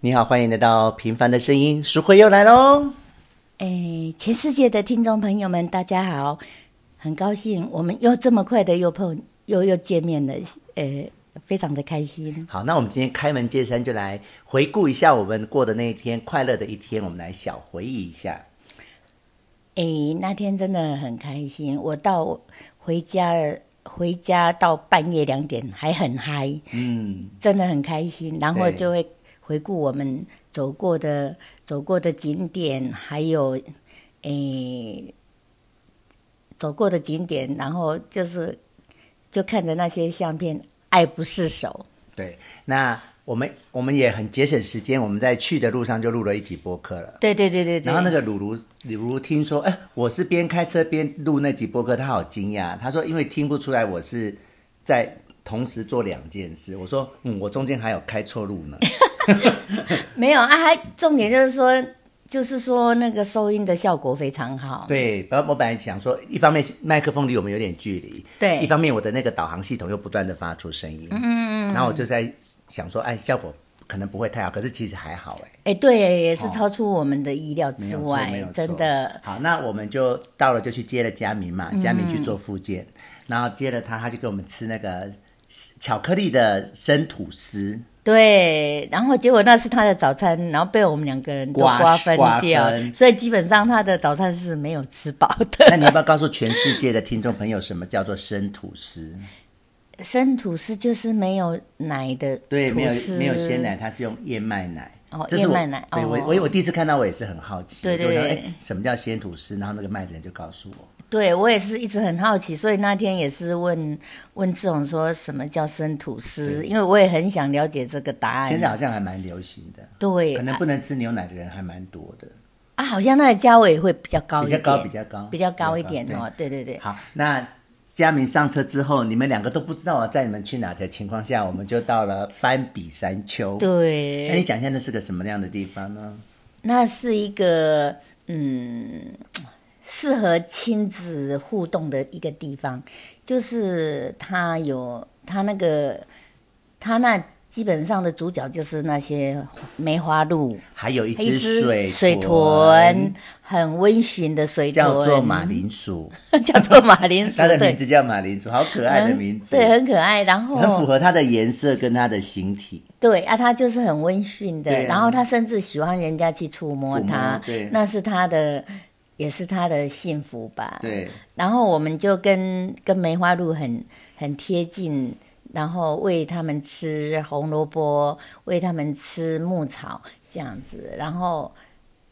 你好，欢迎来到《平凡的声音》，淑慧又来喽。哎，全世界的听众朋友们，大家好！很高兴我们又这么快的又碰又又见面了，呃，非常的开心。好，那我们今天开门见山就来回顾一下我们过的那一天快乐的一天，我们来小回忆一下。哎，那天真的很开心，我到回家回家到半夜两点还很嗨，嗯，真的很开心。然后对就会回顾我们走过的走过的景点，还有诶走过的景点，然后就是就看着那些相片，爱不释手。对。那我们我们也很节省时间，我们在去的路上就录了一集播客了。对对对对对。然后那个鲁鲁鲁鲁听说，哎，我是边开车边录那集播客，他好惊讶。他说，因为听不出来我是在同时做两件事。我说，嗯，我中间还有开错路呢。没有啊，还重点就是说，就是说那个收音的效果非常好。对，本来我本来想说，一方面是麦克风离我们有点距离，对一方面我的那个导航系统又不断的发出声音，嗯嗯，然后我就在想说，哎，效果可能不会太好，可是其实还好，哎，哎，对，也是超出我们的意料没之有错，没外有，错真的。。好，那我们就到了，就去接了佳明嘛，佳明去做复健，然后接了他，他就给我们吃那个巧克力的生吐司，对，然后结果那是他的早餐，然后被我们两个人都瓜瓜分瓜掉，分所以基本上他的早餐是没有吃饱 的。那你要不要告诉全世界的听众朋友什么叫做生吐司？生吐司就是没有奶的对，没有吐司，没有鲜奶，它是用燕麦奶。哦这是我燕麦奶对哦我我我第一次看到，我也是很好奇。对对我就想对哎，什么叫鲜吐司？然后那个卖的人就告诉我，对我也是一直很好奇，所以那天也是问问志勇说什么叫生吐司，因为我也很想了解这个答案。现在好像还蛮流行的。哎对，可能不能吃牛奶的人还蛮多的，啊，好像那个价位也会比较高一比较点，高，比较高，比较高一点哦。对对对，好，那佳明上车之后，你们两个都不知道我啊载你们去哪的情况下，我们就到了斑比山丘。，对，那你讲一下那是个什么样的地方呢？那是一个嗯，适合亲子互动的一个地方，就是它有它那个它那基本上的主角就是那些梅花鹿，还有一还有一只只水豚豚，很温驯的水豚，叫做马，铃薯。 叫做马铃薯，它的对，名字叫马铃薯，好可爱的名字，嗯对，很可爱。然后很符合它的颜色跟它的形体。对啊，他就是很温驯的，对啊然后他甚至喜欢人家去触摸他触摸，对那是他的，也是他的幸福吧。对，然后我们就跟跟梅花鹿很很贴近，然后喂它们吃红萝卜，喂它们吃牧草这样子。然后，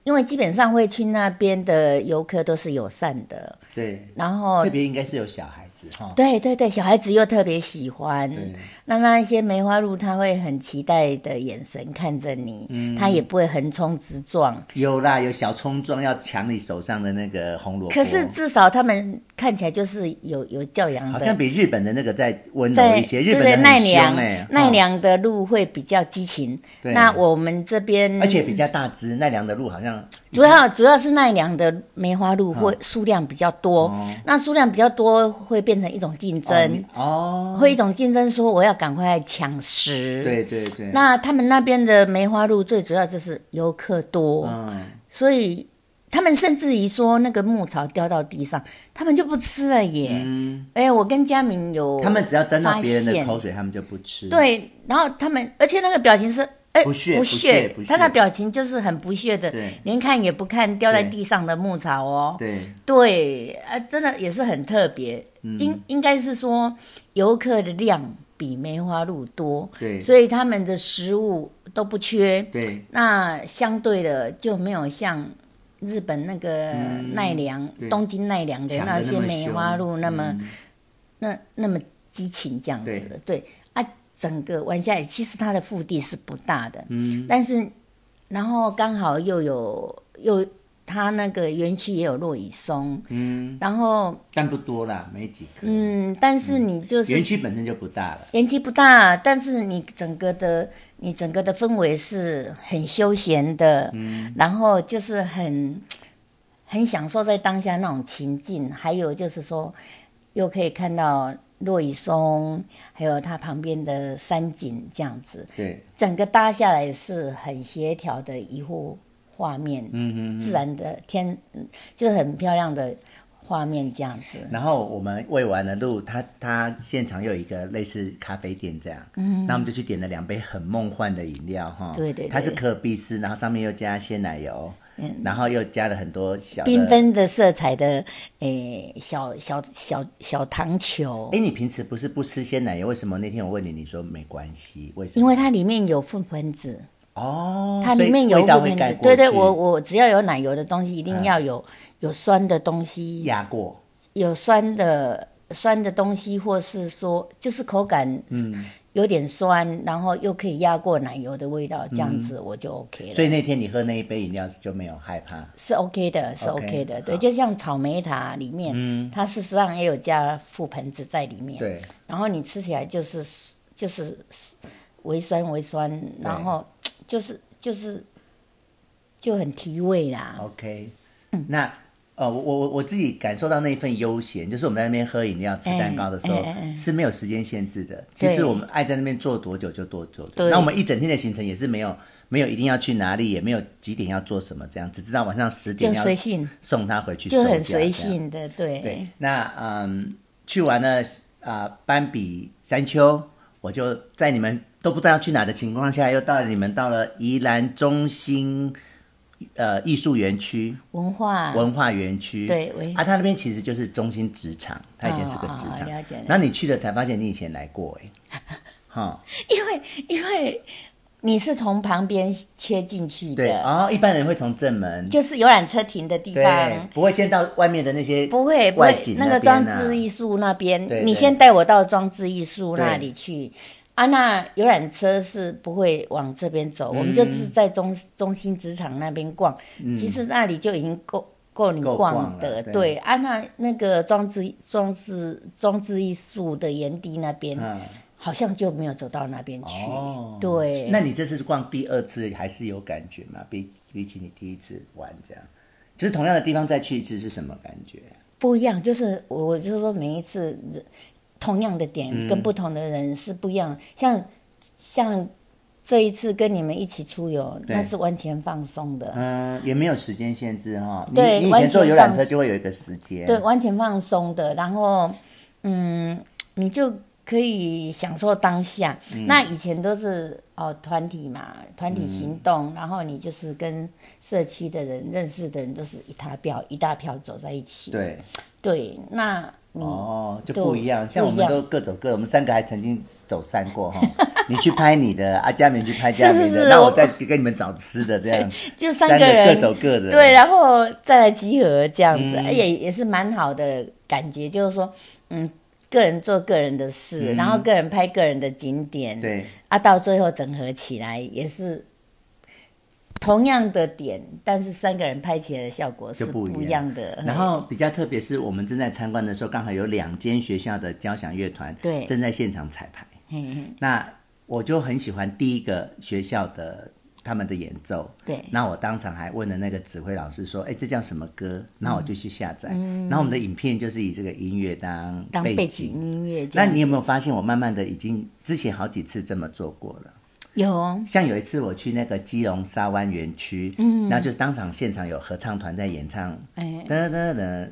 因为基本上会去那边的游客都是友善的，对，然后特别应该是有小孩子哈。哦对对对，小孩子又特别喜欢对。那那一些梅花鹿，它会很期待的眼神看着你，嗯它也不会横冲直撞。有啦，有小冲撞要抢你手上的那个红萝卜，可是至少它们看起来就是有有教养好像的。比日本的那个再温柔在一些，日对本对的奈很凶良哎，奈哦，良的鹿会比较激情，对那我们这边而且比较大只，奈良的鹿好像主要主要是奈良的梅花嗯鹿会数量比较多，那数量比较多会变成一种竞争，哦，会一种竞争说我要赶快抢食，对对对，那他们那边的梅花鹿最主要就是游客多，嗯，所以他们甚至于说那个牧草掉到地上，他们就不吃了耶。哎、我跟佳明有嗯他们只要沾到别人发的现口水，他们就不吃。，对，然后他们而且那个表情是哎、不屑不不屑不屑他那表情就是很不屑的对，连看也不看掉在地上的牧草哦。对对，呃，真的也是很特别，嗯应应该是说游客的量比梅花鹿多，对所以他们的食物都不缺，对，那相对的就没有像日本那个奈良、嗯对东京奈良的抢得那些那么梅凶花鹿那么嗯那那么激情这样子，对对啊，整个玩下来，其实它的腹地是不大的，嗯，但是然后刚好又有又它那个园区也有落羽松，嗯，然后但不多啦，没几个。嗯，但是你就是园区本身就不大了，年纪不大，但是你整个的你整个的氛围是很休闲的，然后就是很很享受在当下那种情境，还有就是说又可以看到落羽松，还有它旁边的山景这样子，对，整个搭下来是很协调的一幅画面，嗯嗯，自然的天就是很漂亮的画面这样子。然后我们喂完了鹿，他他现场又有一个类似咖啡店这样，嗯，那我们就去点了两杯很梦幻的饮料哈，对对对它是可比斯，然后上面又加鲜奶油，嗯，然后又加了很多小的缤。纷的色彩的，诶、小小小小糖球，哎，你平时不是不吃鲜奶油？为什么那天我问你，你说没关系？为什么？因为它里面有覆盆子，哦，它所以里面有味道覆会盆盖子，过对对，去嗯我我只要有奶油的东西，一定要有、有酸的东西，压过，有酸的酸的东西，或是说就是口感，嗯，有点酸，然后又可以压过奶油的味道，这样子我就 OK 了，嗯所以那天你喝那一杯饮料就没有害怕。是 OK 的，是 OK， OK 的，对，好嗯就像草莓塔里面，它事实上也有加覆盆子在里面，对，然后你吃起来就是就是微酸微酸，然后就是就是就很提味啦。 OK，、那嗯呃，我我我我自己感受到那一份悠闲，就是我们在那边喝饮料、吃蛋糕的时候、哎哎哎是没有时间限制的。其对实我们爱在那边坐多久就多久的。对那我们一整天的行程也是没有没有一定要去哪里，也没有几点要做什么，这样只知道晚上十点就要随性送他回去收就假，很随这样性的，对，对，那嗯，去完了啊、呃斑比山丘，我就在你们都不知道要去哪的情况下，又到了你们到了宜兰中心呃艺术园区、文化文化园区。啊对文啊，它那边其实就是中心职场，它以前是个职场。哦哦了解了然后你去了才发现你以前来过哎、 哈、因为因为你是从旁边切进去对，的，然后、一般人会从正门，就是游览车停的地对方，，不会先到外面的那些不会不外会景那边个啊装置艺术那边，对对你先带我到装置艺术对那里去。啊，那游览车是不会往这边走，嗯我们就是在中中心职场那边逛，其实那里就已经够够你够逛逛了的。对对，啊，那那个装置装置装置艺术的园地那边，嗯好像就没有走到那边去。哦，对，那你这次逛第二次还是有感觉吗？比比起你第一次玩这样，就是同样的地方再去一次是什么感觉？不一样，就是我我就是说每一次同样的嗯点跟不同的人是不一样，像像这一次跟你们一起出游，对那是完全放松的，嗯，也没有时间限制哈、你对你以前坐游览车完全放就会有一个时间，对，完全放松的，然后嗯，你就可以享受当下。嗯那以前都是哦团体嘛，团体行嗯动，然后你就是跟社区的人、认识的人都是一大票一大票走在一起，对对，那你哦，就嗯对不一样。像我不一们样都各走各，我们三个还曾经走散过 哈、你去拍你的，阿佳明去拍佳明的，是是是那我我再给你们找吃的这 样，就三三个人各走各的。对，然后再来集合这样嗯子，哎也也是蛮好的感觉，就是说，嗯，个人做个人的事，然后个人拍个人的景点，，嗯对啊，到最后整合起来也是同样的点，但是三个人拍起来的效果是就不一样不一样的。嗯然后比较特别是我们正在参观的时候，刚好有两间学校的交响乐团对正在现场彩排。嘿，嘿嘿那我就很喜欢第一个学校的他们的演奏。对那我当场还问了那个指挥老师说：“哎，这叫什么歌？”那我就去下载。然后我们的影片就是以这个音乐当嗯当背背景音乐这那样，你有没有发现，我慢慢的已经之前好几次这么做过了？有哦像有一次我去那个基隆沙湾园区，嗯，然后就是当场现场有合唱团在演唱，哎噔噔噔，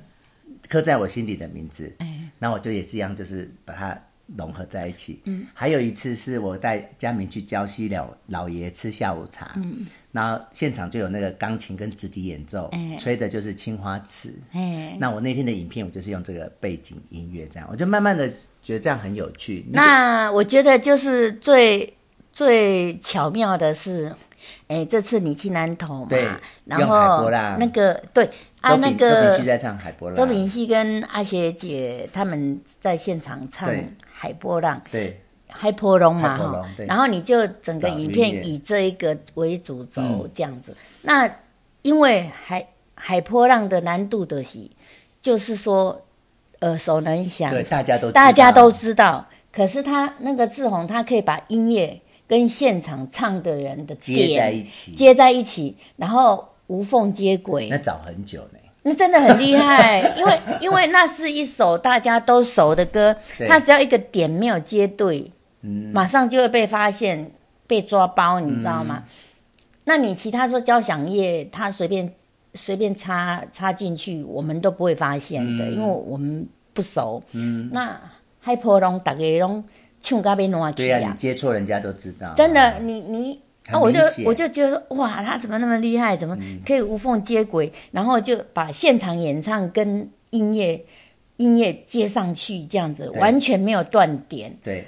刻在我心底的名字，哎，那我就也是一样，就是把它融合在一起，嗯，还有一次是我带佳明去礁溪老老爷吃下午茶，嗯，然后现场就有那个钢琴跟直笛演奏，哎吹的就是青花瓷，哎，那我那天的影片我就是用这个背景音乐这样，我就慢慢的觉得这样很有趣，那我觉得就是最最巧妙的是，哎，这次你去南投嘛对，然用海后波浪那个对啊，周那炳周炳个旭在唱海波浪，周炳熙跟阿雪姐他们在现场唱对《海波浪》。对。海波龙嘛海波浪哈对，然后你就整个找影音乐片以这一个为主嗯轴这样子。那因为海海波浪的难度的是，就是说耳熟能详对，，大家都知大家道都知道。可是他那个志宏，他可以把音乐跟现场唱的人的接在点一起，接在一起，然后无缝接轨那。找很久呢。那真的很 厉害，因为因为那是一首大家都熟的歌对，嗯他只要一个点没有接对，马上就会被发现被抓包，你知道嗯吗？那你其他说交响乐，他随便随便插插进去，我们都不会发现的，嗯因为我们不熟。那海波龙大家拢唱到要乱对去呀、啊你接错人家都知道，真的，你你很啊，我就明显嗯我就觉得哇，他怎么那么厉害，怎么可以无缝接轨，然后就把现场演唱跟音乐音乐接上去，这样子对完全没有断点，对。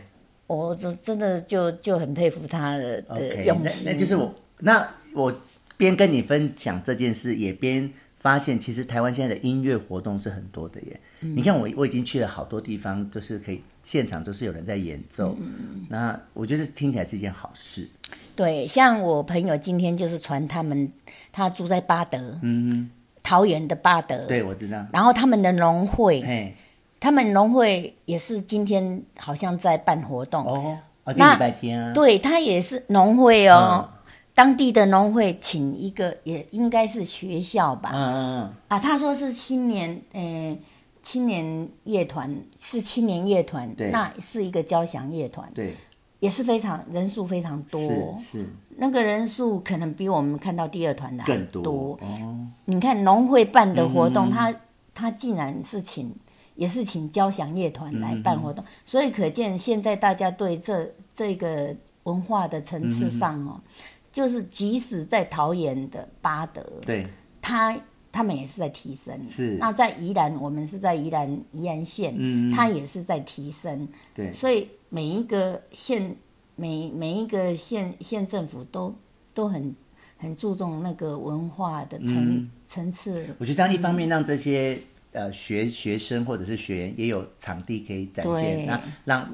我就真的就就很佩服他的的 OK，用那心。那就是我，那我边跟你分享这件事，也边发现，其实台湾现在的音乐活动是很多的耶。嗯你看我，我已经去了好多地方，就是可以现场，就是有人在演奏。嗯那我觉得听起来是一件好事。对，像我朋友今天就是传他们，他住在巴德，嗯，桃园的巴德，对，我知道。然后他们的农会，嘿，他们农会也是今天好像在办活动，哦，哦，这那礼拜天啊，对他也是农会嗯哦，当地的农会请一个，也应该是学校吧？嗯嗯啊，他说是青年，呃，青年乐团是青年乐团，对那是一个交响乐团嗯，，对，也是非常人数非常多，是是那个人数可能比我们看到第二团的还更多哦，你看农会办嗯的活动，他他竟然是请也是请交响乐团来办活动，嗯所以可见现在大家对这这个文化的层次上哦，嗯就是即使在桃园的巴德，对他他们也是在提升。是那在宜兰，我们是在宜兰宜兰县，嗯它也是在提升。对所以每一个县每每一个县县政府都都很很注重那个文化的层、嗯层次。我觉得这样一方面让这些呃学学生或者是学员也有场地可以展现，对那让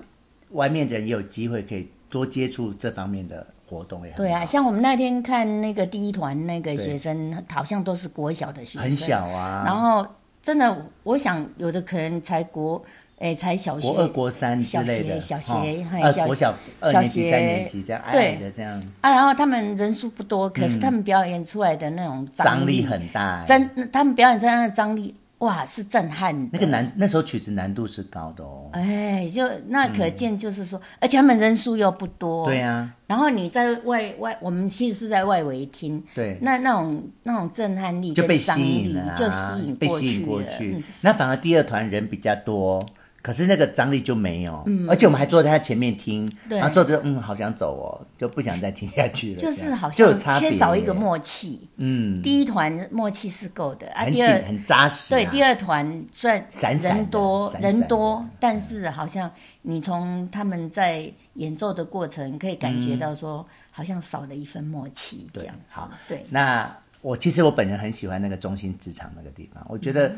外面的人也有机会可以多接触这方面的活动也很好对啊，像我们那天看那个第一团那个对学生，好像都是国小的学生，很小啊，然后真的，我想有的可能才国，哎，才小学，国二国三之类的，小学哦小学还有呃小国小二小年级学三年级这样矮对矮的这样，啊，然后他们人数不多，可是他们表演出来的那种张力力很大，欸真，他们表演出来的张力，哇，是震撼的。那个难那首曲子难度是高的哦，哎，就那可见就是说，而且他们人数又不多，对啊，然后你在外外，我们其实是在外围听，对那那种那种震撼力就被跟张吸引力了、啊，就吸引被过吸去引了，过去、嗯那反而第二团人比较多，可是那个张力就没有。而且我们还坐在他前面听，嗯对然后坐着嗯，好想走哦，就不想再听下去了。就这是样好就有像差别缺少一个默契。嗯，第一团默契是够的啊，很第紧二很扎实、啊。对，第二团虽然闪闪的人多闪闪的人多，但是好像你从他们在演奏的过程可以感觉到说，好像少了一份默契这样子。好对，那我其实我本人很喜欢那个中心职场那个地方，我觉得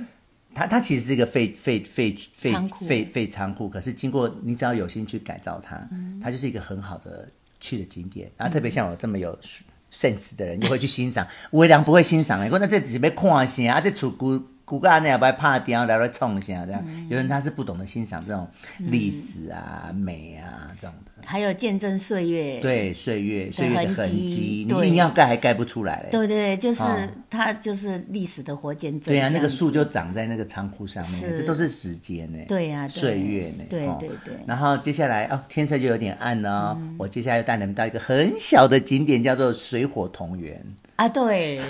它、它其实是一个废废废废嗯仓库废废仓库，可是经过你只要有心去改造它，嗯它就是一个很好的去的景点。然后特别像我这么有。sense 的人就会去欣赏，有的人不会欣赏的。我那这只是要看啥，啊，这厝古古个安尼也不爱拍掉，来来创啥这样。嗯有人他是不懂得欣赏这种历史啊、美啊这种的。还有见证岁月。对，岁月岁月的痕痕迹迹，你对硬要盖还盖不出来嘞。欸对对对，就是啊它就是历史的活见证。对啊，那这样个子树就长在那个仓库上面，是这都是时间呢、对啊对岁月呢、对哦对对嗯然后接下来哦，天色就有点暗了哦。我接下来又带你们到一个很小的景点，叫做水火同源。啊，对，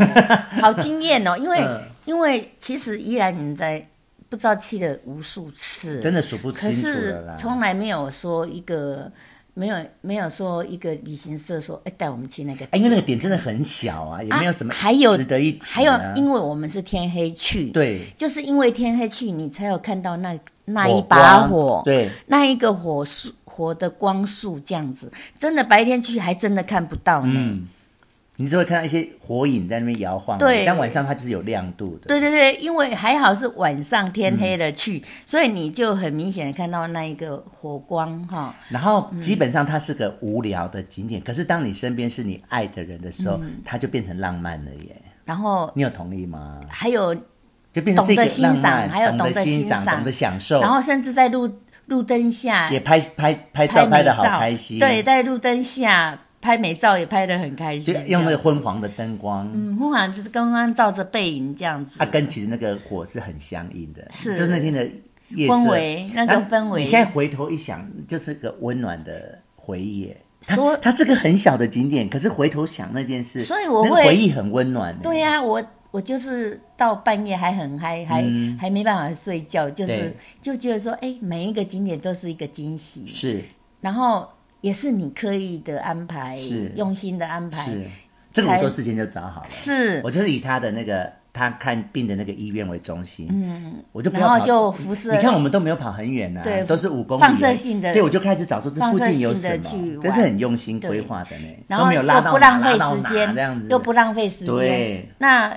好惊艳哦！因为、嗯因为其实依然你们在不知道去了无数次，真的数不可清楚了是啦。从来没有说一个，没有没有说一个旅行社说，哎，带我们去那个。哎，因为那个点真的很小啊，也没有什么、啊还有值得一提、啊。还有，因为我们是天黑去，，对就是因为天黑去，你才有看到那那火一把光火，，对，那一个火树火的光束这样子，真的白天去还真的看不到呢。嗯你只会看到一些火影在那边摇晃，对但晚上它就是有亮度的。对对对，因为还好是晚上天黑了去，嗯所以你就很明显的看到那一个火光哈。然后基本上它是个无聊的景嗯点，可是当你身边是你爱的人的时候，它就变成浪漫了耶。然后你有同意吗？还有就变成是一个懂得欣浪赏漫还有懂得懂得欣欣赏懂得享受，然后甚至在路路灯下也拍拍拍照美拍的好照开心，对，在路灯下拍美照也拍得很开就心，用那个这样昏黄的灯光，嗯，忽然就是刚刚照着背影这样子，它跟其实那个火是很相应的，是就是那天的夜色氛围那个啊氛围，你现在回头一想，就是个温暖的回忆耶。它所它是个很小的景点，可是回头想那件事，所以我那个会回忆很温暖。对、呀、我我就是到半夜还很嗨，还、还没办法睡觉，就是嗯对就觉得说，哎，每一个景点都是一个惊喜，是然后也是你刻意的安排，是用心的安排，是，这个我都事先就找好了。是我就是以他的那个他看病的那个医院为中心，嗯，我就不要然后跑就辐射你看我们都没有跑很远呐、对都是五公里放射性的对，我就开始找说这附近有什放射性的去么，玩这是很用心规划的呢，然后都没有又拉到不哪浪费拉到时哪间，这样子，又不浪费时间对。那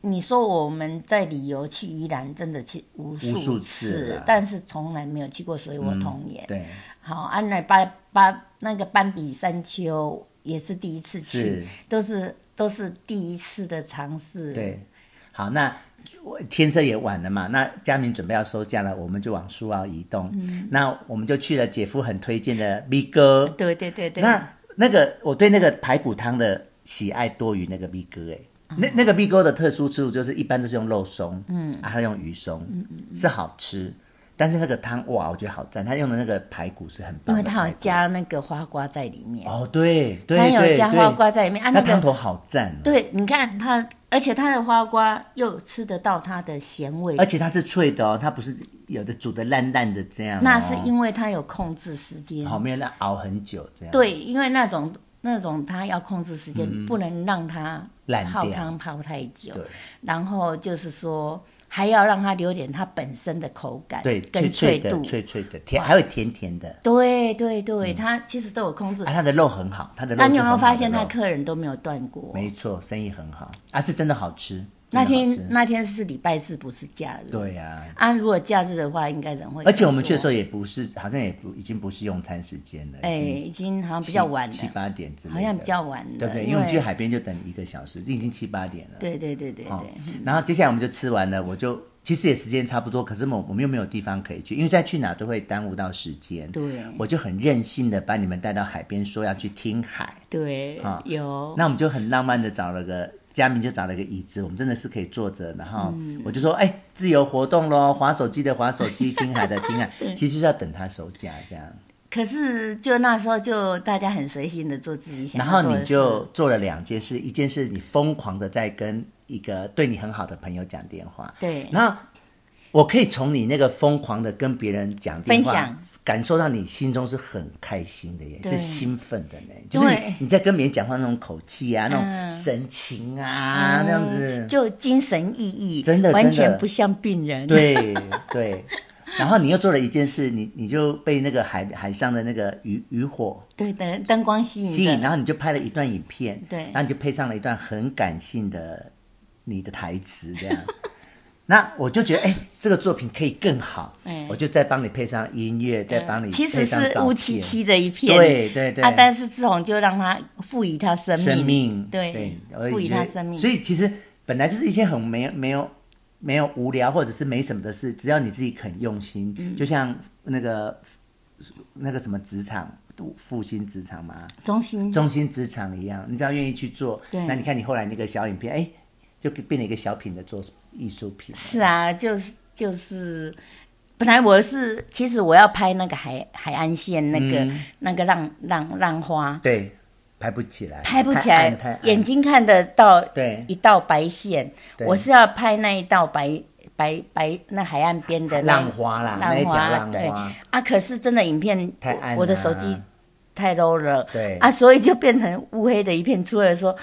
你说我们在旅游去宜兰，真的去无数无数次次，了但是从来没有去过，所以我童年。嗯对，好，安、啊、奈巴巴那个斑比山丘也是第一次去是，都是都是第一次的尝试。，对，好，那我天色也晚了嘛，那佳明准备要收假了，我们就往苏澳移动。嗯那我们就去了姐夫很推荐的 B 哥。对对对对。那那个我对那个排骨汤的喜爱多于那个 B 哥哎、嗯那那个 B 哥的特殊之处就是一般都是用肉松，嗯，啊，他用鱼松，嗯嗯，是好吃。但是那个汤哇，我觉得好赞，他用的那个排骨是很因棒为的它排有骨。加那个花瓜在里面，哦，对对它对有对，加花瓜在里面啊，那那汤个头好赞、哦，对，你看它，而且它的花瓜又吃得到它的咸味而，且它是脆的哦，它不是有的煮的烂烂的这样哦、那是因为它有控制时间。好没有让熬很久这样。，对，因为那种那种它要控制时间，不能让它烂掉泡汤泡太久嗯对，然后就是说还要让它留点它本身的口感，对，脆跟脆的度，，脆脆的，甜还有甜甜的。对对对，它其实都有控制啊，。它的肉很好，它的肉那是你有没很有好发的现，他肉客人都没有断过？没错，生意很好啊，是真的好吃。那真的好天吃那天是礼拜四，不是假日。对呀、啊，如果假日的话，应该人会更多。而且我们去的时候也不是，好像也不已经不是用餐时间了，哎，已经已经好像比七较晚七了，八点之类的，好像比较晚了，对不对？因因为我们去为海边就等一个小时，已经七八点了。对对对对哦对，嗯然后接下来我们就吃完了，我就其实也时间差不多，可是我我们又没有地方可以去，因为再去哪都会耽误到时间。对我就很任性的把你们带到海边，说要去听海。对啊，有。那我们就很浪漫的找了个佳明，就找了个椅子，我们真的是可以坐着，然后嗯我就说，哎、自由活动咯，划手机的划手机，听海的听 海，其实是要等他收假这样。可是就那时候就大家很随心的做自己想然要后做的你事，就做了两件事，一件事你疯狂的在跟一个对你很好的朋友讲电话，对然后我可以从你那个疯狂的跟别人讲电分话享，感受到你心中是很开心的耶，对是兴奋的呢，就是对你你在跟别人讲话那种口气啊，那嗯种神情啊，那样子，就精神奕奕，真的完真全的不像病人。， 对对。然后你又做了一件事，你你就被那个海海上的那个渔渔火对灯灯光吸吸引引，的，然后你就拍了一段影片，对然后你就配上了一段很感性的你的台词，这样。 那我就觉得，哎、这个作品可以更好，哎我就再帮你配上音乐，再帮你其配实上是照乌片漆漆的一片。对对对啊，但是志宏就让它赋予它生命，生命，对而，赋予它且生命。所以其实本来就是一些很没有没有没有无聊或者是没什么的事，只要你自己肯用心，嗯就像那个那个什么职场复兴职场嘛，中心中心职场一样，你只要愿意去做，嗯对那你看你后来那个小影片，哎，就变成一个小品的做艺术品，是啊，就是就是，本来我是其实我要拍那个海海岸线那个、嗯那个浪浪浪花，对，拍不起来，拍不起太来暗太，暗眼睛看得到哎对一道白线。对我是要拍那一道白白白那海岸边的那浪花啦，那一条浪对花，啊，可是真的影片太暗我的啦手机太 low 了，对啊，所以就变成乌黑的一片。除了说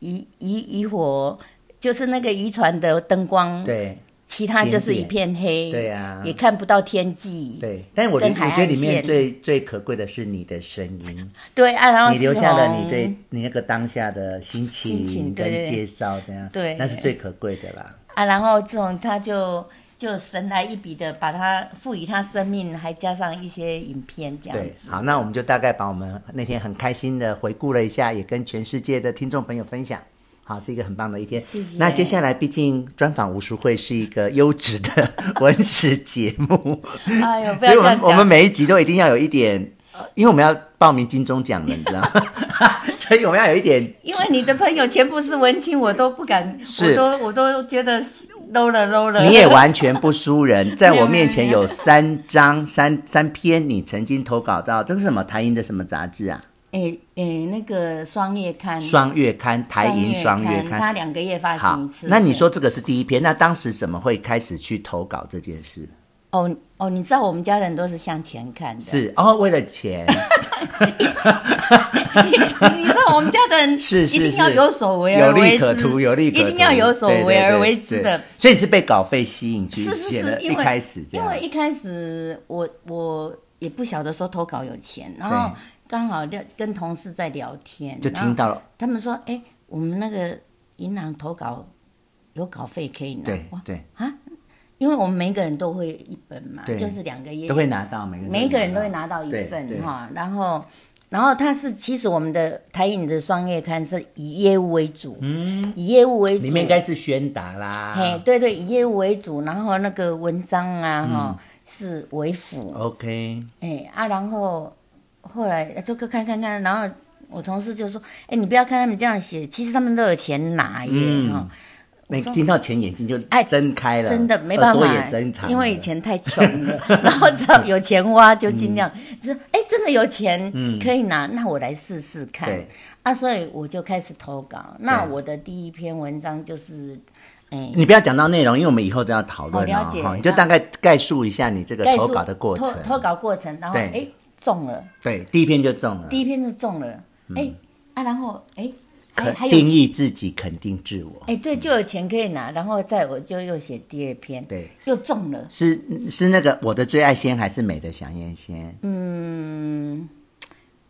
渔渔渔火，就是那个渔船的灯光，对其他就是一点片黑，对啊也看不到天际，对，但是我觉得跟海我觉得岸里面线最最可贵的是你的声音。对啊，然后你留下了你从对你那个当下的心情心情对跟对对介绍，这样对那是最可贵的啦。啊，然后这种他就就神来一笔的把它赋予它生命，还加上一些影片这样对子。，好，那我们就大概把我们那天很开心的回顾了一下，也跟全世界的听众朋友分享。好，是一个很棒的一天。谢谢那接下来，毕竟专访吴淑慧是一个优质的 文史节目， 哎呦，不所要以这我们 样我们讲。每一集都一定要有一点因为我们要报名金钟奖了，你知道吗？ 所以我们要有一点因为你的朋友全部是文青，我都不敢，是我都我都觉得 low 了 low 了。你也完全不输 人，在没我有面前没有有三张三三篇你曾经投稿到，这是什么台银的什么杂志啊？诶诶，哎那个双叶刊，双月刊，台银双月嗯月刊。它两个月发好行一次。，那你对说这个是第一篇，那当时怎么会开始去投稿这件事？哦哦，你知道我们家人都是向前看的，是哦，为了 钱，你 你知道我们家的人是是一定要是有所为有而利为之，可图，有利可图，一定要有所对对为而对为之对的。所以你是被稿费吸引去是是写是的，，因一为开始这因样为。一开始我我也不晓得说投稿有钱，然后刚好就跟同事在聊天，就然后听到了，他们说，哎、我们那个银行投稿有稿费可以拿，对嗯哇对，因为我们每个人都会一本嘛，对就是两个月都会拿到每个人，每一个人都会拿到一份对对哈，然后。然后它是，其实我们的台影的双月刊是以业务为主，嗯，以业务为主，里面应该是宣达啦。嘿，对对，以业务为主，然后那个文章啊，嗯哈、是为辅， OK，哎啊，然后后来啊就看看看，然后我同事就说，哎，你不要看他们这样写，其实他们都有钱拿耶，嗯哈、那你听到钱眼睛就哎睁开了，真的没办耳朵也法睁长，了，因为以前太穷了， 然后只要有钱挖就尽量，就是哎，真的有钱可以拿，那我来试试看嗯对啊，所以我就开始投稿，那我的第一篇文章就是，哎，你不要讲到内容，因为我们以后都要讨论啊哦了解哈，你就大概概述一下你这个概投述稿的过程投。投稿过程，然后对哎中了，对，第一篇就中了。第一篇就中了，嗯哎啊，然后哎还肯还定有义自己，肯定自我，哎对，就有钱可以拿，然后再我就又写第二篇，对，又中了，是是那个我的最爱先还是美的想念先？嗯，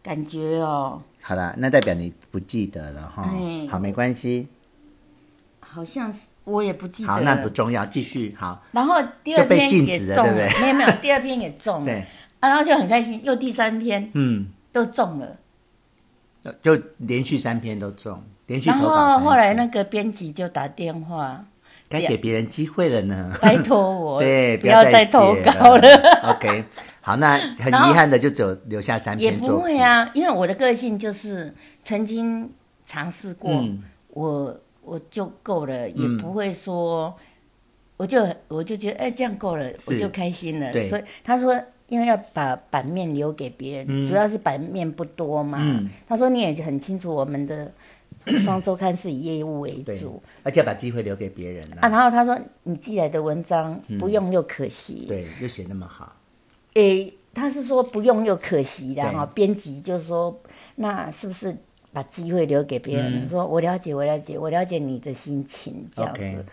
感觉哦好啦，那代表你不记得了哈哎。好，没关系。好像是我也不记得好，了，那不重要，继续。好，然后第二就被篇禁也止了中对不对没有没有，第二篇也中了对，啊，然后就很开心，又第三篇嗯，又中了，就连续三篇都中，连续然投稿后三次。后来那个编辑就打电话。该给别人机会了呢。拜托我， 对，不要再再投写稿了。。 OK，好，那很然后遗憾的，就只有留下三也篇不作会品。啊，因为我的个性就是曾经尝试过，嗯我我就够了，也不会说，我就我就觉得哎、这样够了，是我就开心了。对所以他说，因为要把版面留给别人，嗯主要是版面不多嘛。他说你也很清楚我 们的双周刊是以业务为对主，而且要把机会留给别人了。啊，然后他说你寄来的文章嗯不用又可惜，对，又写那么好，诶、他是说不用又可惜的对哈。编辑就说，那是不是把机会留给别嗯人？说我了解，我了解，我了解你的心情，这样子。 OK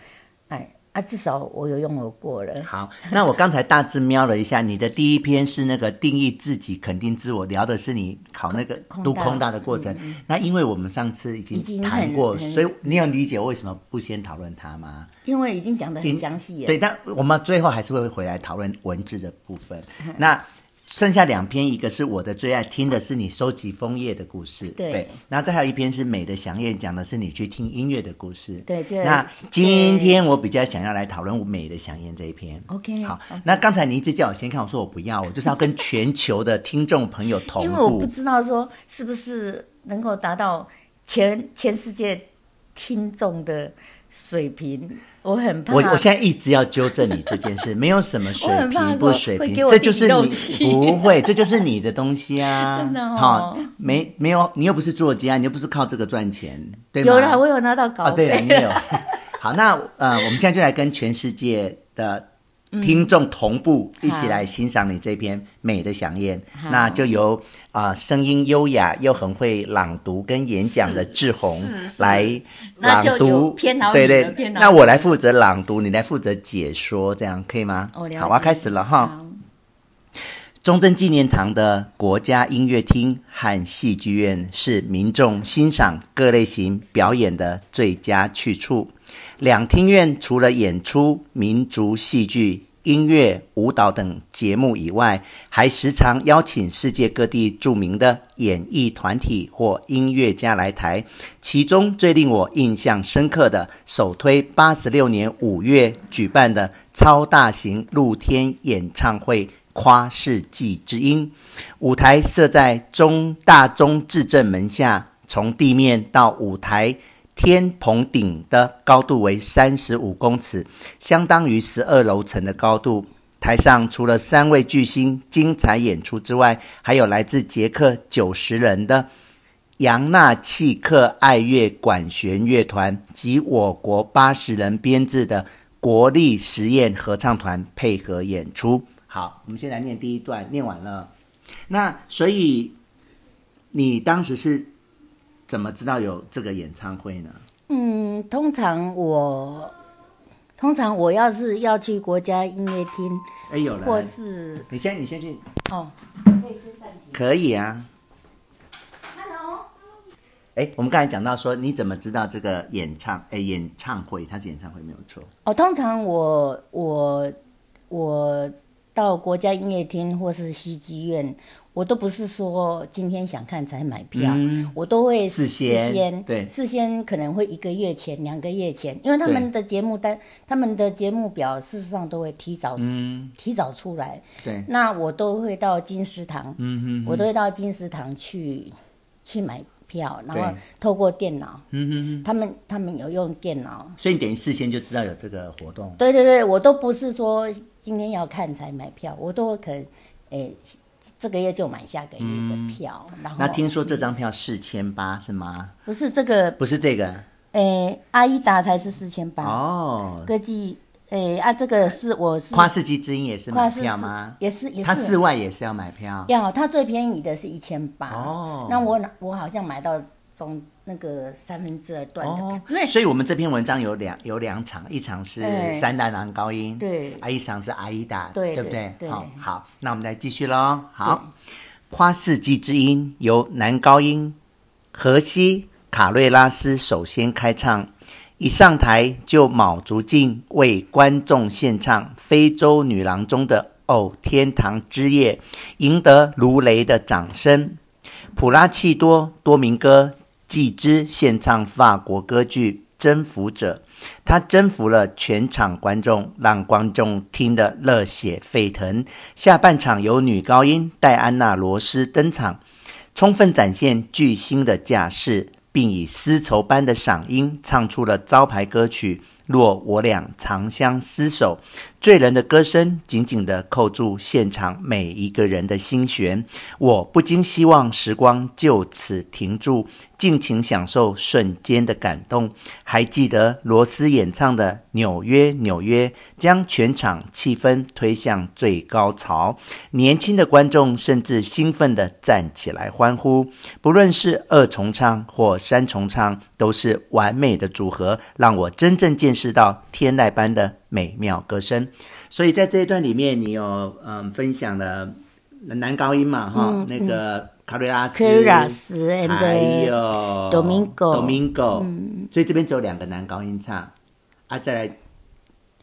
哎，啊，至少我有用我过了。好，那我刚才大致瞄了一下，你的第一篇是那个定义自己、肯定自我，聊的是你考那个空读大嗯空大的过程。那因为我们上次已已经经谈很过，很所以你有理解为什么不先讨论它吗？因为已经讲得很详细了。对，但我们最后还是会回来讨论文字的部分。 那剩下两篇，一个是我的最爱，听的是你收集枫叶的故事，对然后再还有一篇是美的祥燕，讲的是你去听音乐的故事，对就那今天我比较想要来讨论美的祥燕这一篇。 OK，好 OK 那刚才你一直叫我先看，我说我不要，我就是要跟全球的听众朋友同 因为我不步。知道说是不是能够达到全全世界听众的水平，我很怕。我我现在一直要纠正你这件事，没有什么水我很怕平说不水会平，给我这就是一漏你气不会，这就是你的东西啊。 真的哦好没没有，你又不是作家，你又不是靠这个赚钱，对吗？有啦，我有拿到稿啊，对费。了， 你有。 好，那呃，我们现在就来跟全世界的听众同步、一起来欣赏你这篇《美的响宴》。那就由啊、呃声音优雅又很会朗读跟演讲的志宏是是来那朗就读由，偏劳对你了对。偏劳那你我来负责朗读，你来负责解说，这样可以吗？哦了解好，我要开始了哈。好中正纪念堂的国家音乐厅和戏剧院是民众欣赏各类型表演的最佳去处。两厅院除了演出民族戏剧、音乐、舞蹈等节目以外，还时常邀请世界各地著名的演艺团体或音乐家来台。其中最令我印象深刻的，首推八十六年五月举办的超大型露天演唱会。夸世纪之音。舞台设在中大中至正门下，从地面到舞台天棚顶的高度为三十五公尺，相当于十二楼层的高度。台上除了三位巨星精彩演出之外，还有来自捷克九十人的扬纳契克爱乐管弦乐团及我国八十人编制的国立实验合唱团配合演出。好，我们先来念第一段，念完了。那所以你当时是怎么知道有这个演唱会呢？嗯，通常我通常我要是要去国家音乐厅，哎，有了或。是你先，你先去，哦，可以啊。 Hello，哎，我们刚才讲到说，你怎么知道这个演唱？哎，演唱会，它是演唱会没有错。哦，通常我我我到国家音乐厅或是戏剧院，我都不是说今天想看才买票，我都会嗯事先先对事先可能会一个月前、两个月前，因为他对们的节目单、他们的节目表事实上都会提早、嗯，提早出来，对，那我都会到金石堂，嗯我都会到金石堂去去买票，然后对透过电脑，嗯他们他们有用电脑。哼，所以你等于事先就知道有这个活动。对对对，我都不是说今天要看才买票，我都可能，诶，这个月就买下个月的票，然后嗯那听说这张票四千八是吗？不是这个，不是这嗯个诶，阿依达才是四千八，哦，歌姬，诶啊，这个是我是跨世纪之音也是买跨世票吗？也是也是它室外也是要买票。要，它最便宜的是一千八，哦那我拿我好像买到中那个三分之二段的票，哦因为，所以我们这篇文章有两有两场，一场是对三大男高音，对啊，一场是阿依达，对不对对好、好，那我们再继续喽。好，跨世纪之音由男高音荷西卡瑞拉斯首先开唱，一上台就卯足劲为观众献唱《非洲女郎》中的《哦天堂之夜》，赢得如雷的掌声。普拉契多多明戈继之献唱法国歌剧《征服者》，他征服了全场观众，让观众听得热血沸腾。下半场由女高音戴安娜·罗斯登场，充分展现巨星的架势，并以丝绸般的嗓音唱出了招牌歌曲《若我俩长相厮守》。醉人的歌声紧紧地扣住现场每一个人的心弦，我不禁希望时光就此停住，尽情享受瞬间的感动。还记得罗斯演唱的《纽约，纽约》将全场气氛推向最高潮，年轻的观众甚至兴奋地站起来欢呼。不论是二重唱或三重唱，都是完美的组合，让我真正见识到天籁般的美妙歌声。所以在这一段里面，你有嗯分享了男高音嘛哈，嗯那个卡瑞拉斯，科拉斯还 and 有 Domingo Domingo，、所以这边只有两个男高音唱啊，再来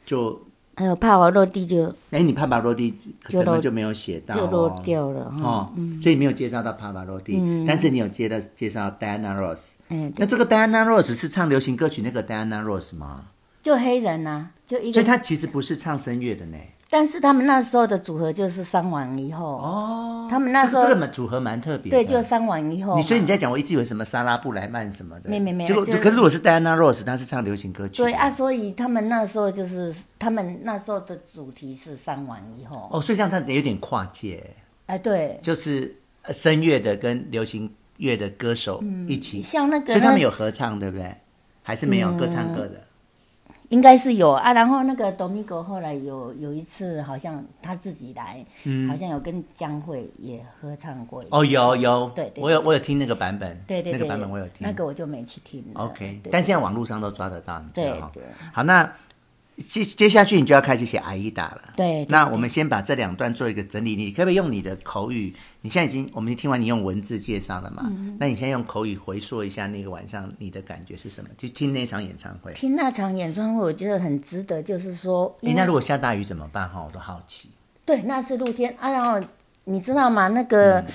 就还有帕瓦罗蒂就哎，你帕巴罗蒂可就能落就没有写到、哦，就落掉了哈，哦，所以没有介绍到帕瓦罗蒂，但是你有介到介绍 Diana Ross。嗯，那这个 Diana Ross 是唱流行歌曲那个 Diana Ross 吗？就黑人呐、就一所个以她其实不是唱声乐的呢。但是他们那时候的组合就是伤完以后，哦，他们那时候这个蛮组合蛮特别的。对，就伤完以后嘛，你所以你在讲，我一直以为什么莎拉布莱曼什么的，没没没结果就是可是如果是 Diana Ross，她是唱流行歌曲。对啊，。所以他们那时候就是他们那时候的主题是伤完以后，哦，所以像她有点跨界，哎、对，就是呃声乐的跟流行乐的歌手一起，嗯像那个所以他们那嗯有合唱，对不对？还是没有各唱各的？应该是有啊。然后那个 Domingo 后来有有一次好像他自己来，嗯好像有跟江蕙也合唱过一次哦，有有，对对我有我有听那个版本，对对对，那个版本我有听。那个我就没去听了。 OK，对但现在网络上都抓得到，你知道对哈对。好，那接接下去你就要开始写阿依达了。对对那我们先把这两段做一个整理，你可不可以用你的口语？你现在已经，我们听完你用文字介绍了嘛？嗯那你现在用口语回溯一下那个晚上你的感觉是什么？就听那场演唱会。听那场演唱会，我觉得很值得，就是说，诶，因为哎那如果下大雨怎么办？哈，我都好奇。对，那是露天啊。然后你知道吗？那个，嗯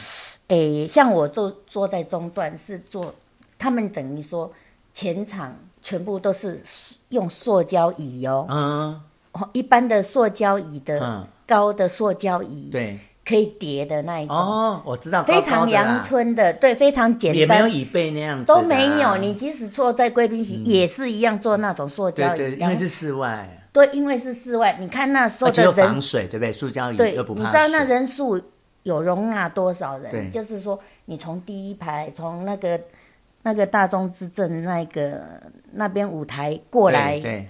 诶、像我坐坐在中段是坐，他们等于说全场全部都是塑用塑胶椅哦，嗯，哦一般的塑胶椅的、嗯高的塑胶椅，，对，可以叠的那一种，哦，我知道，非高高常的啦阳，春的，对，非常也简没有单。椅背那样子的啊都没有，你即使坐在贵宾席、也是一样坐那种塑胶对对，椅，因然为后是啊室外，对，因为是室外，你看那时候而且的又人防水，对不对？塑胶椅对，又不你怕知道那水人数有容纳多少对人？就是说，你从第一排，从那个那个大众之镇那个那边舞台过来对，对，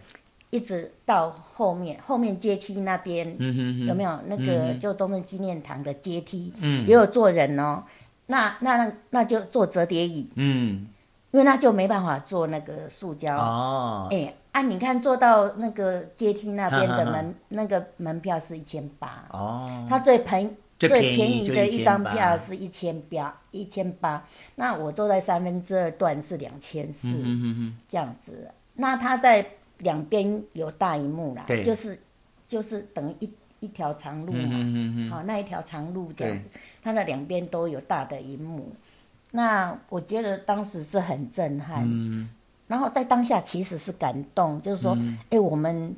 一直到后面后面阶梯那边，嗯哼哼，有没有那嗯个哼就中正纪念堂的阶梯，嗯也有坐人哦。那那那那就坐折叠椅，嗯，因为那就没办法坐那个塑胶。哦，哎、啊，你看坐到那个阶梯那边的哈哈门，哈那个门票是一千八。哦，它最便最便宜便宜就的1800一张票是一千八，一千八。那我坐在三分之二段是两千四嗯哼哼，这样子。那它在两边有大荧幕啦对，就是就是等于一一条长路嘛，嗯哼哼，好、那一条长路这样子，它的两边都有大的荧幕。那我觉得当时是很震撼，嗯，然后在当下其实是感动，就是说，哎、我们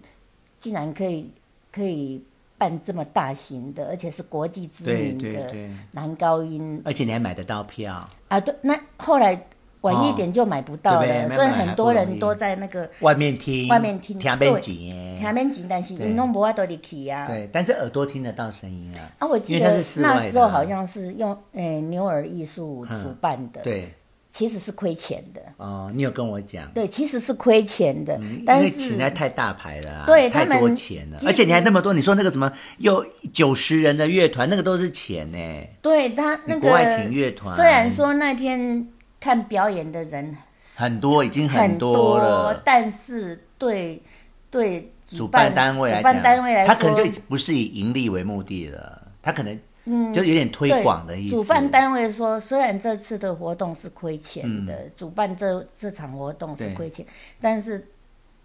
竟然可以可以办这么大型的，而且是国际知对名对的对，男高音而且你还买得到票，啊，对，那后来晚一点就买不哦到了，对不对所以慢慢很多还不容人易都在那个外面听，外面听听对边景，前面景，但是对你弄不法都得去啊。对，但是耳朵听得到声音啊，啊，我因记为它得是室外的那时候好像是用诶、牛耳艺术主办的，，嗯对，其实是亏钱的，哦，你有跟我讲，对，其实是亏钱的，嗯因但为是请来太大牌了、啊，对太他们多钱了，其实而且你还那么多，你说那个什么有九十人的乐团，那个都是钱呢、对他那个国外请乐团虽然说那天看表演的人很多已经很多了。但是对对主办单位来主讲，办单位来说，他可能就已经不是以盈利为目的了，他可能嗯就有点推对广的意思。主办单位说，虽然这次的活动是亏钱的，主办这这场活动是嗯对亏钱，但是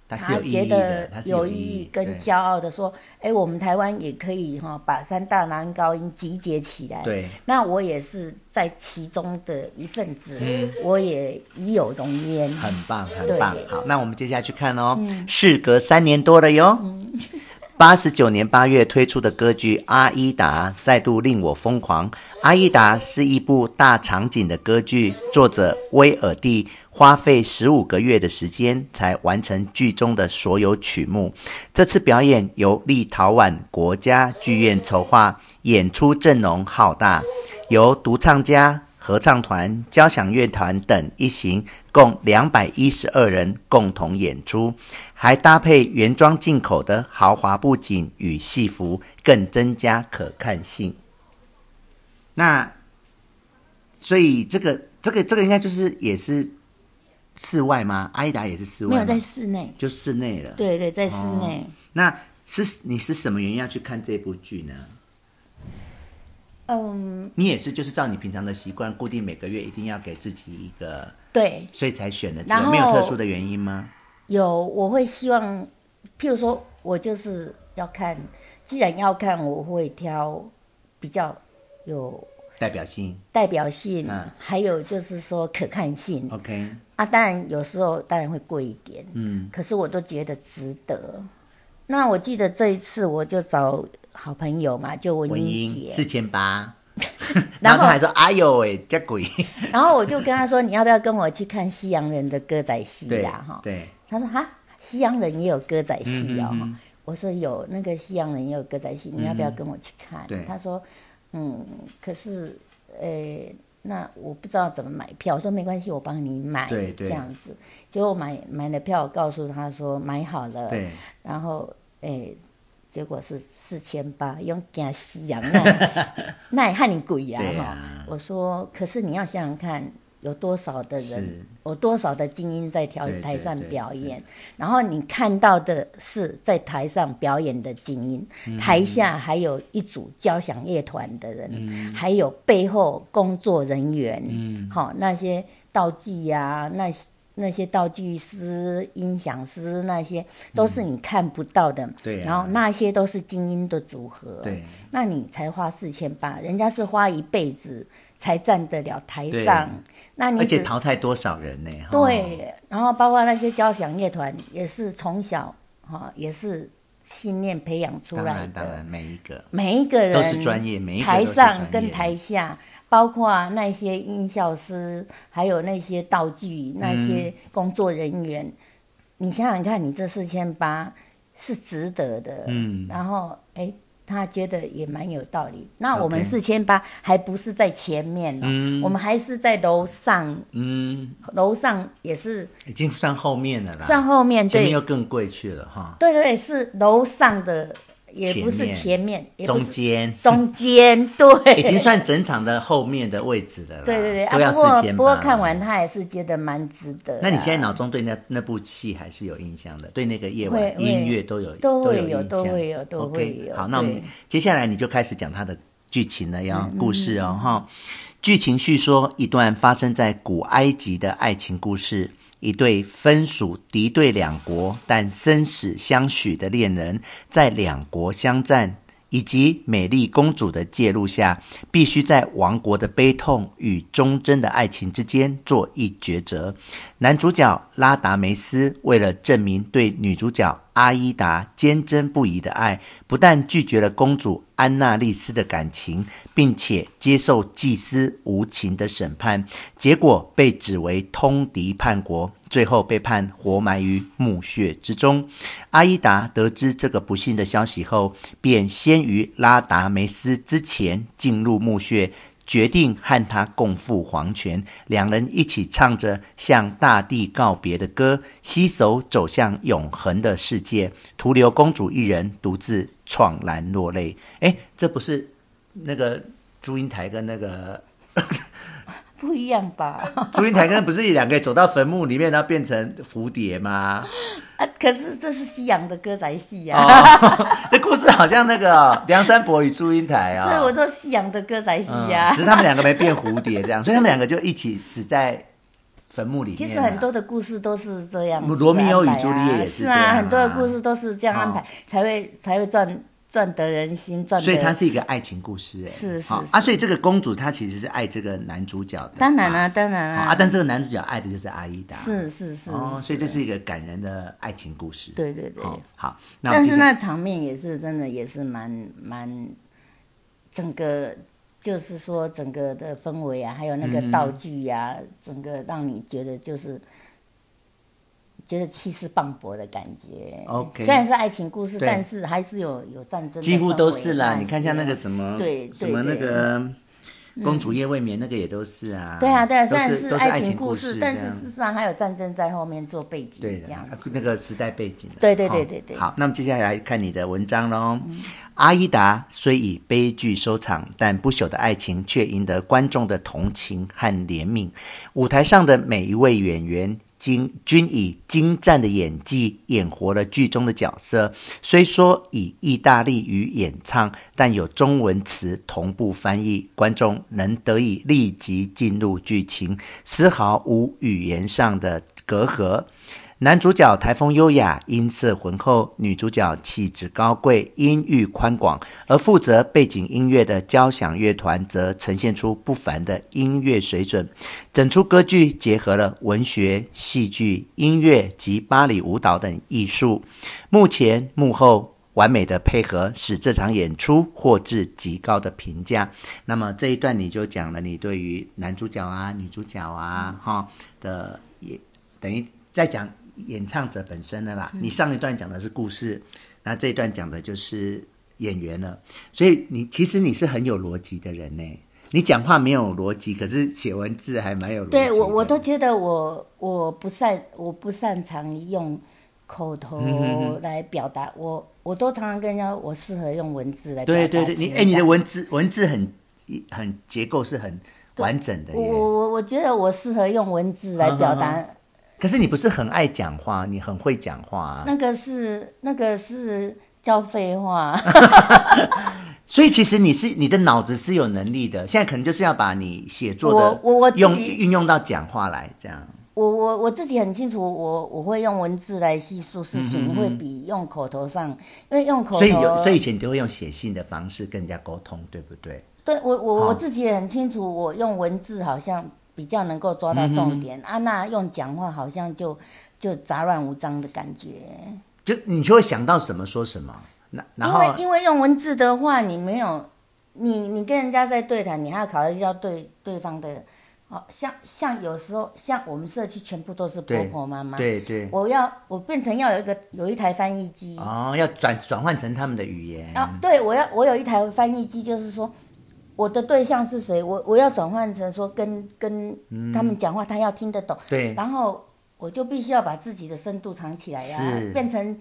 他是他有意觉义的，得他是有意意义义跟对骄傲的说，哎，我们台湾也可以哈、把三大男高音集结起来，对那我也是在其中的一份子，我也已有容焉。嗯很棒，很对棒。好，那我们接下去看哦，事隔三年多了哟。八十九年八月推出的歌剧《阿依达》再度令我疯狂。《阿依达》是一部大场景的歌剧，作者威尔第花费十五个月的时间才完成剧中的所有曲目。这次表演由立陶宛国家剧院筹划，演出阵容浩大，由独唱家、合唱团、交响乐团等一行共两百一十二人共同演出，还搭配原装进口的豪华布景与戏服，更增加可看性。那，所以这个这个这个应该就是也是室外吗？阿依达也是室外没吗，有在室内，就室内了。对对，在室内。那是你是什么原因要去看这部剧呢？哦嗯，你也是就是照你平常的习惯，固定每个月一定要给自己一个，对，所以才选的这然个，后没有特殊的原因吗？有我会希望，譬如说我就是要看，既然要看，我会挑比较有代表性代表性，嗯还有就是说可看性，OK，啊。当然有时候当然会贵一点，嗯，可是我都觉得值得。那我记得这一次我就找好朋友嘛，就文文英英姐，四千八， 然然后后他还说：“哎呦喂，这 鬼！”然后我就跟他说：“你要不要跟我去看西洋人的歌仔戏对啦？”哈，对，他说：“哈，西洋人也有歌仔戏哦。嗯嗯我说：“有，那个西洋人也有歌仔戏，你要不要跟我去看？”对他说：“嗯，可是，呃，那我不知道怎么买票。”我说：“没关系，我帮你买。”对对这样子。结果买买了票，我告诉他说买好了，对，然后，诶，结果是四千八，用惊西洋那 那也害你鬼呀、对哈、啊我说，可是你要想想看，有多少的是人，有多少的精英在条对台对上对表对演，然后你看到的是在台上表演的精英，嗯台下还有一组交响乐团的人，嗯还有背后工作人员，好、那些道具呀、那些那些道具师、音响师那些都是你看不到的，嗯对啊然后那些都是精英的组合，对，那你才花四千八，人家是花一辈子才站得了台上，那你而且只淘汰多少人呢？哈，对，然后包括那些交响乐团也是从小哈、也是信念培养出当来然的。当然，每一个每一个人都是专业每一个都是台上专跟业台下，包括那些音效师，还有那些道具、那嗯些工作人员，你想想看，你这四千八是值得的。嗯然后哎、诶他觉得也蛮有道理。那我们 OK 四千八还不是在前面呢、嗯我们还是在楼上，嗯，楼上也是已经算后面了啦，上后面前面对又更贵去了哈，对对，是楼上的，也不前是面前面，也不中是间中间， 对，已经算整场的后面的位置了啦， 对对对，都要啊、不四过千不过看完他还是觉得蛮值得啦。那你现在脑中对那那部戏还是有印象的，对那个夜会晚会音乐都有都会有有印都象会有都 OK，会有好，那我们对嗯接下来你就开始讲它的剧情了呀，故事哦哈。剧情叙说一段发生在古埃及的爱情故事。一对分属敌对两国但生死相许的恋人，在两国相战，以及美丽公主的介入下，必须在王国的悲痛与忠贞的爱情之间做一抉择。男主角拉达梅斯为了证明对女主角阿依达坚贞不移的爱，不但拒绝了公主安娜丽丝的感情，并且接受祭司无情的审判，结果被指为通敌叛国，最后被判活埋于墓穴之中。阿依达得知这个不幸的消息后，便先于拉达梅斯之前进入墓穴，决定和他共赴黄泉。两人一起唱着向大地告别的歌，携手走向永恒的世界，徒留公主一人独自怆然落泪。哎，这不是那个祝英台跟那个 不一样吧？ 祝英台跟不是两个走到坟墓里面，然后变成蝴蝶 吗？啊，可是这是西洋的歌仔戏呀、哦 这故事好像那个哦、梁山伯与祝英台啊、所以我啊说西洋的歌仔戏呀、嗯只是他们两个没变蝴蝶 这样，所以他们两个就一起死在坟墓里面啊。其实很多的故事都是这样子的安排啊、罗密欧与朱丽叶也是是这样啊很多的故事都是这样安排，哦才会才会赚赚得人心，赚得。所以它是一个爱情故事、哎，是是好是啊，所以这个公主她其实是爱这个男主角的，当然啦、啊，当然好啦、啊，但这个男主角爱的就是阿依达，是是是哦，所以这是一个感人的爱情故事，对对对。哦，好，那我们但是接下来那场面也是真的也是蛮蛮，整个就是说整个的氛围啊，还有那个道具呀、嗯整个让你觉得就是觉得气势磅礴的感觉。 OK 虽然是爱情故事，对但是还是有有战争的氛围，啊几乎都是啦，那啊你看像那个什么，对对嗯什么那个。公主夜未眠那个也都是啊，对啊，对啊，都虽然是都是爱情故事这样，但是事实上还有战争在后面做背景，对这样的，啊子。那个时代背景的。对对对哦对对好，那么接下来看你的文章喽。阿依达虽以悲剧收场，但不朽的爱情却赢得观众的同情和怜悯。舞台上的每一位演员。均均以精湛的演技演活了剧中的角色，虽说以意大利语演唱，但有中文词同步翻译，观众能得以立即进入剧情，丝毫无语言上的隔阂。男主角台风优雅，音色浑厚；女主角气质高贵，音域宽广。而负责背景音乐的交响乐团则呈现出不凡的音乐水准。整出歌剧结合了文学、戏剧、音乐及芭蕾舞蹈等艺术，目前幕后。完美的配合使这场演出获至极高的评价。那么这一段你就讲了你对于男主角啊、女主角啊、哈的也等于在讲演唱者本身的啦。嗯你上一段讲的是故事，那这一段讲的就是演员了。所以你其实你是很有逻辑的人呢。你讲话没有逻辑，可是写文字还蛮有逻辑的。对我我都觉得我我不擅我不擅长用口头嗯来表达，我我都常常跟人家说我适合用文字来表对达对情感。对，你哎，你的文字文字很很结构是很完整的我耶。我我我觉得我适合用文字来表嗯达，可是你不是很爱讲话，你很会讲话、啊。那个是那个是叫废话。 所以其实你是你的脑子是有能力的，现在可能就是要把你写作的我我我自己用运用到讲话来，这样我我我自己很清楚，我我会用文字来叙述事情，会比用口头上，因为用口头，嗯所以有所以以前你就会用写信的方式跟人家沟通，对不对？对我我好我自己也很清楚，我用文字好像比较能够嗯抓到重点、啊，那用讲话好像就就杂乱无章的感觉。就你就会想到什么说什么。那然因后为因为用文字的话，你没有，你你跟人家在对谈，你还要考虑到对对方的，哦，像像有时候像我们社区全部都是婆对婆妈妈，对对，我要我变成要有一个有一台翻译机，哦，要转转换成他们的语言。啊，对我要我有一台翻译机，就是说我的对象是谁，我我要转换成说跟跟他们讲话，他要听得懂，嗯对，然后我就必须要把自己的深度藏起来呀、是变成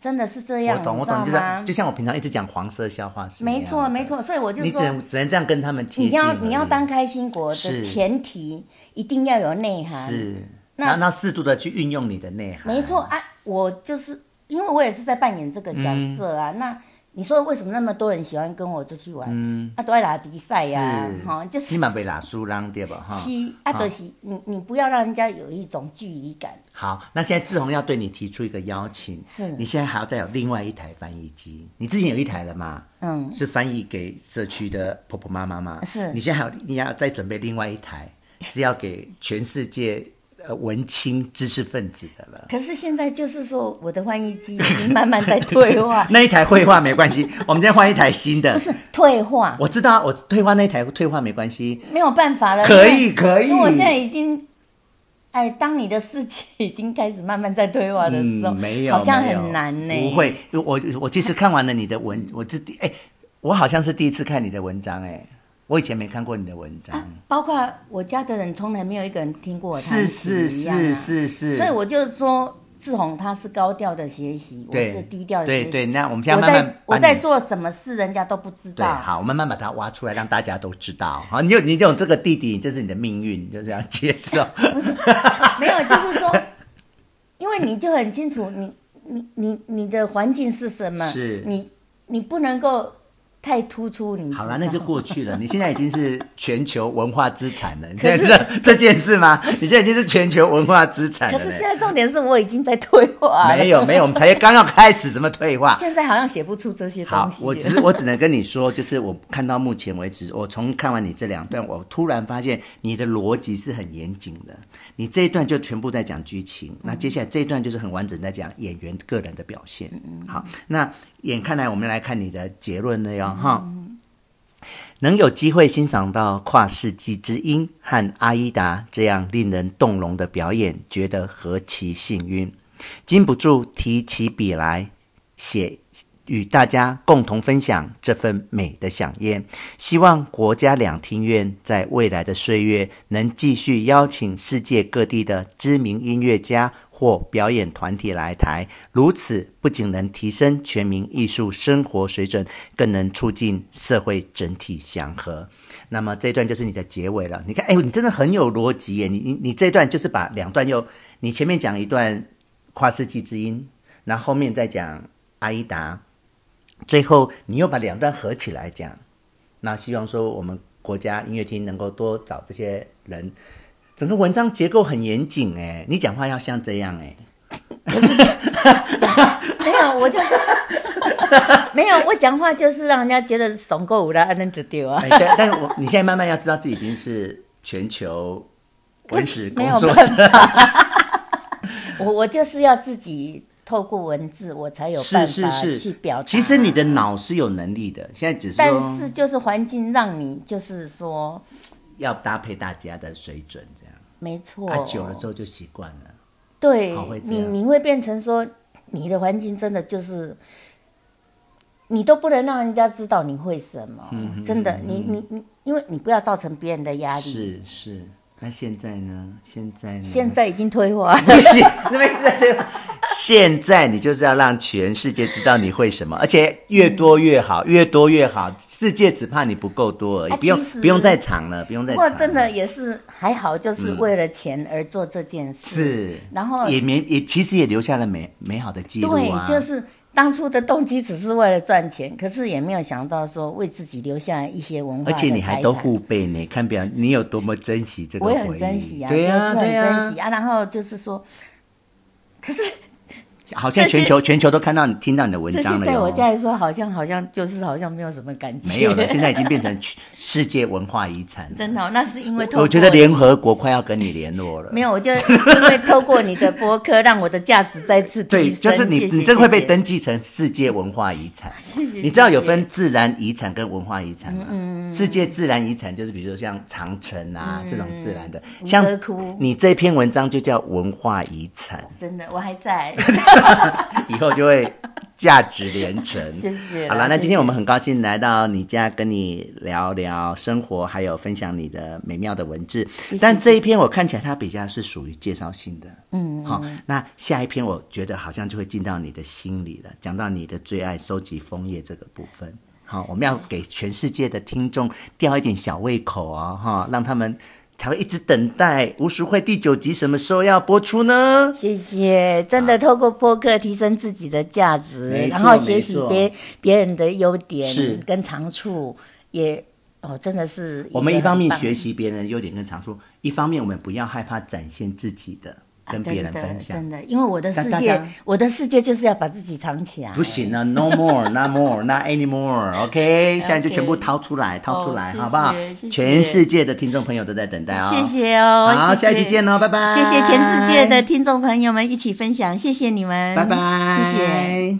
真的是这样，我懂我你懂，就知道像吗就？像我平常一直讲黄色笑话是一样的。没错没错，所以我就你只说能只能这样跟他们贴你近而要已。你要当开心果是的前提，一定要有内涵。是，那然后那适度的去运用你的内涵。没错啊，我就是因为我也是在扮演这嗯个角色啊。那你说为什么那么多人喜欢跟我出去玩？啊，都爱打比赛呀、嗯是哈、就你是蛮被拉输浪对吧？哈，七啊，好对、是，你你不要让人家有一种距离感。好，那现在志宏要对你提出一个邀请，是你现在还要再有另外一台翻译机，你之前有一台了嘛？嗯，是翻译给社区的婆婆妈妈嘛？是你现在还有你要再准备另外一 台，是要给全世界呃文青知识分子的了。可是现在就是说，我的翻译机已经慢慢在 退化，那一台绘画没关系，我们再换一台新的啊不。是退化，我知道，我退化那一台退化没关系，没有办法了。可因为以可以。因为我现在已经，哎，当你的世界已经开始慢慢在退化的时候，嗯、没有，好像没有很难呢、不会，我我这次看完了你的文，我这第哎，我好像是第一次看你的文章哎，我以前没看过你的文章，啊，包括我家的人，从来没有一个人听过我弹是琴是一样啊是是是，所以我就说，志宏他是高调的学习，我对是低调的对学习。对，那我们现我在慢慢在把我在你做什么事，人家都不知对，道。好，我慢慢把它挖出来，让大家都知道。好，你就你有这个弟弟，这是你的命运，就这样接 受。没有，就是说， 因为你就很清楚你，你你你的环境是什么，是你你不能够太突出你。好了，了，那就过去了。你现在已经是全球文化资产了，你现在知道这件事吗？你现在已经是全球文化资产可了是现嘞。在重点是我已经在退化了，没有没有，我们才刚要开始，怎么退化？现在好像写不出这些好东，西了。我只我只能跟你说，就是我看到目前为止，我从看完你这两段，我突然发现你的逻辑是很严谨的。你这一段就全部在讲剧情，那接下来这一段就是很完整在讲演员个人的表现。嗯好，那眼看来我们来看你的结论了哟，哈。能有机会欣赏到跨世纪之音和阿依达这样令人动容的表演，觉得何其幸运！禁不住提起笔来，写与大家共同分享这份美的飨宴。希望国家两厅院在未来的岁月能继续邀请世界各地的知名音乐家或表演团体来台，如此不仅能提升全民艺术生活水准，更能促进社会整体祥和。那么这一段就是你的结尾了。你看，哎呦，你真的很有逻辑耶！你你你这段就是把两段又，你前面讲一段跨世纪之音，然后后面再讲阿依达，最后你又把两段合起来讲。那希望说我们国家音乐厅能够多找这些人。整个文章结构很严谨哎，你讲话要像这样 哎，没有，我就是 没有，我讲话就是让人家觉得爽够无啦，安能就丢啊。哎，但但是我你现在慢慢要知道自己已经是全球文史没工有作办者， 我我就是要自己透过文字，我才 有是办是法是去表达。其实你的脑是有能力的，现在只是但说是就是环境让你，就是说，要搭配大家的水准这样，没错，啊，久了之后就习惯了。对好会这你样你会变成说，你的环境真的就是，你都不能让人家知道你会什么，嗯真的，你你你，因为你不要造成别人的压力。是是，那现在呢？现在呢？现在已经退化，不是，那边在这。现在你就是要让全世界知道你会什么，而且越多越好，越多越好。世界只怕你不够多而已，啊不用其实不用再藏了，不用再不藏过了。真的也是还好，就是为了钱而做这件事。嗯是，然后也没也其实也留下了美美好的记录啊。对，就是当初的动机只是为了赚钱，可是也没有想到说为自己留下一些文化的而且你还都财产互背呢，看表你有多么珍惜这个我回忆。也很珍惜啊，对呀、啊，是很对珍啊惜。啊。然后就是说，可是好像全球全球都看到你听到你的文这章了些在我哟。家来说，好像好像就是好像没有什么感觉。没有了，现在已经变成全世界文化遗产了。 真的哦、那是因为透我过我觉得联合国快要跟你联络了。没有，我就因为透过你的播客，让我的价值再次对，提升。就是你，谢谢你这个会被。谢登记成世界文化遗产。 谢谢谢嗯你知道有分自然遗产跟文化遗产吗？世界自然遗产就是比如说像长城啊、这种自然的，像吴哥嗯窟你这篇文章就叫文化遗产，真的，我还在。 以后就会价值连城。 谢谢啦好了，那谢谢今天我们很高兴来到你家，跟你聊聊生活，还有分享你的美妙的文字。但这一篇我看起来它比较是属于介绍性的，嗯，好、那下一篇我觉得好像就会进到你的心里了，讲到你的最爱收集枫叶这个部分。好，我们要给全世界的听众吊一点小胃口哦，哈，让他们才会一直等待《无书会》第九集什么时候要播出呢？谢谢，真的透过播客提升自己的价值，没错然后学习没错别别人的优是点跟长处，也哦，真的是个我们一方面很棒学习别人的优点跟长处，一方面我们不要害怕展现自己的，啊跟别人分享。真的，真的，因为我的世大界家，我的世界就是要把自己藏起来。不行了，no more，not more，not anymore，OK，、现在就全部掏出来，掏出来，哦好不好谢谢谢谢全世界的听众朋友都在等待哦。谢。谢哦，好，谢谢下一期见喽，拜拜。谢谢全世界的，听众朋友们一起分享，谢谢你们，拜拜，谢谢。谢。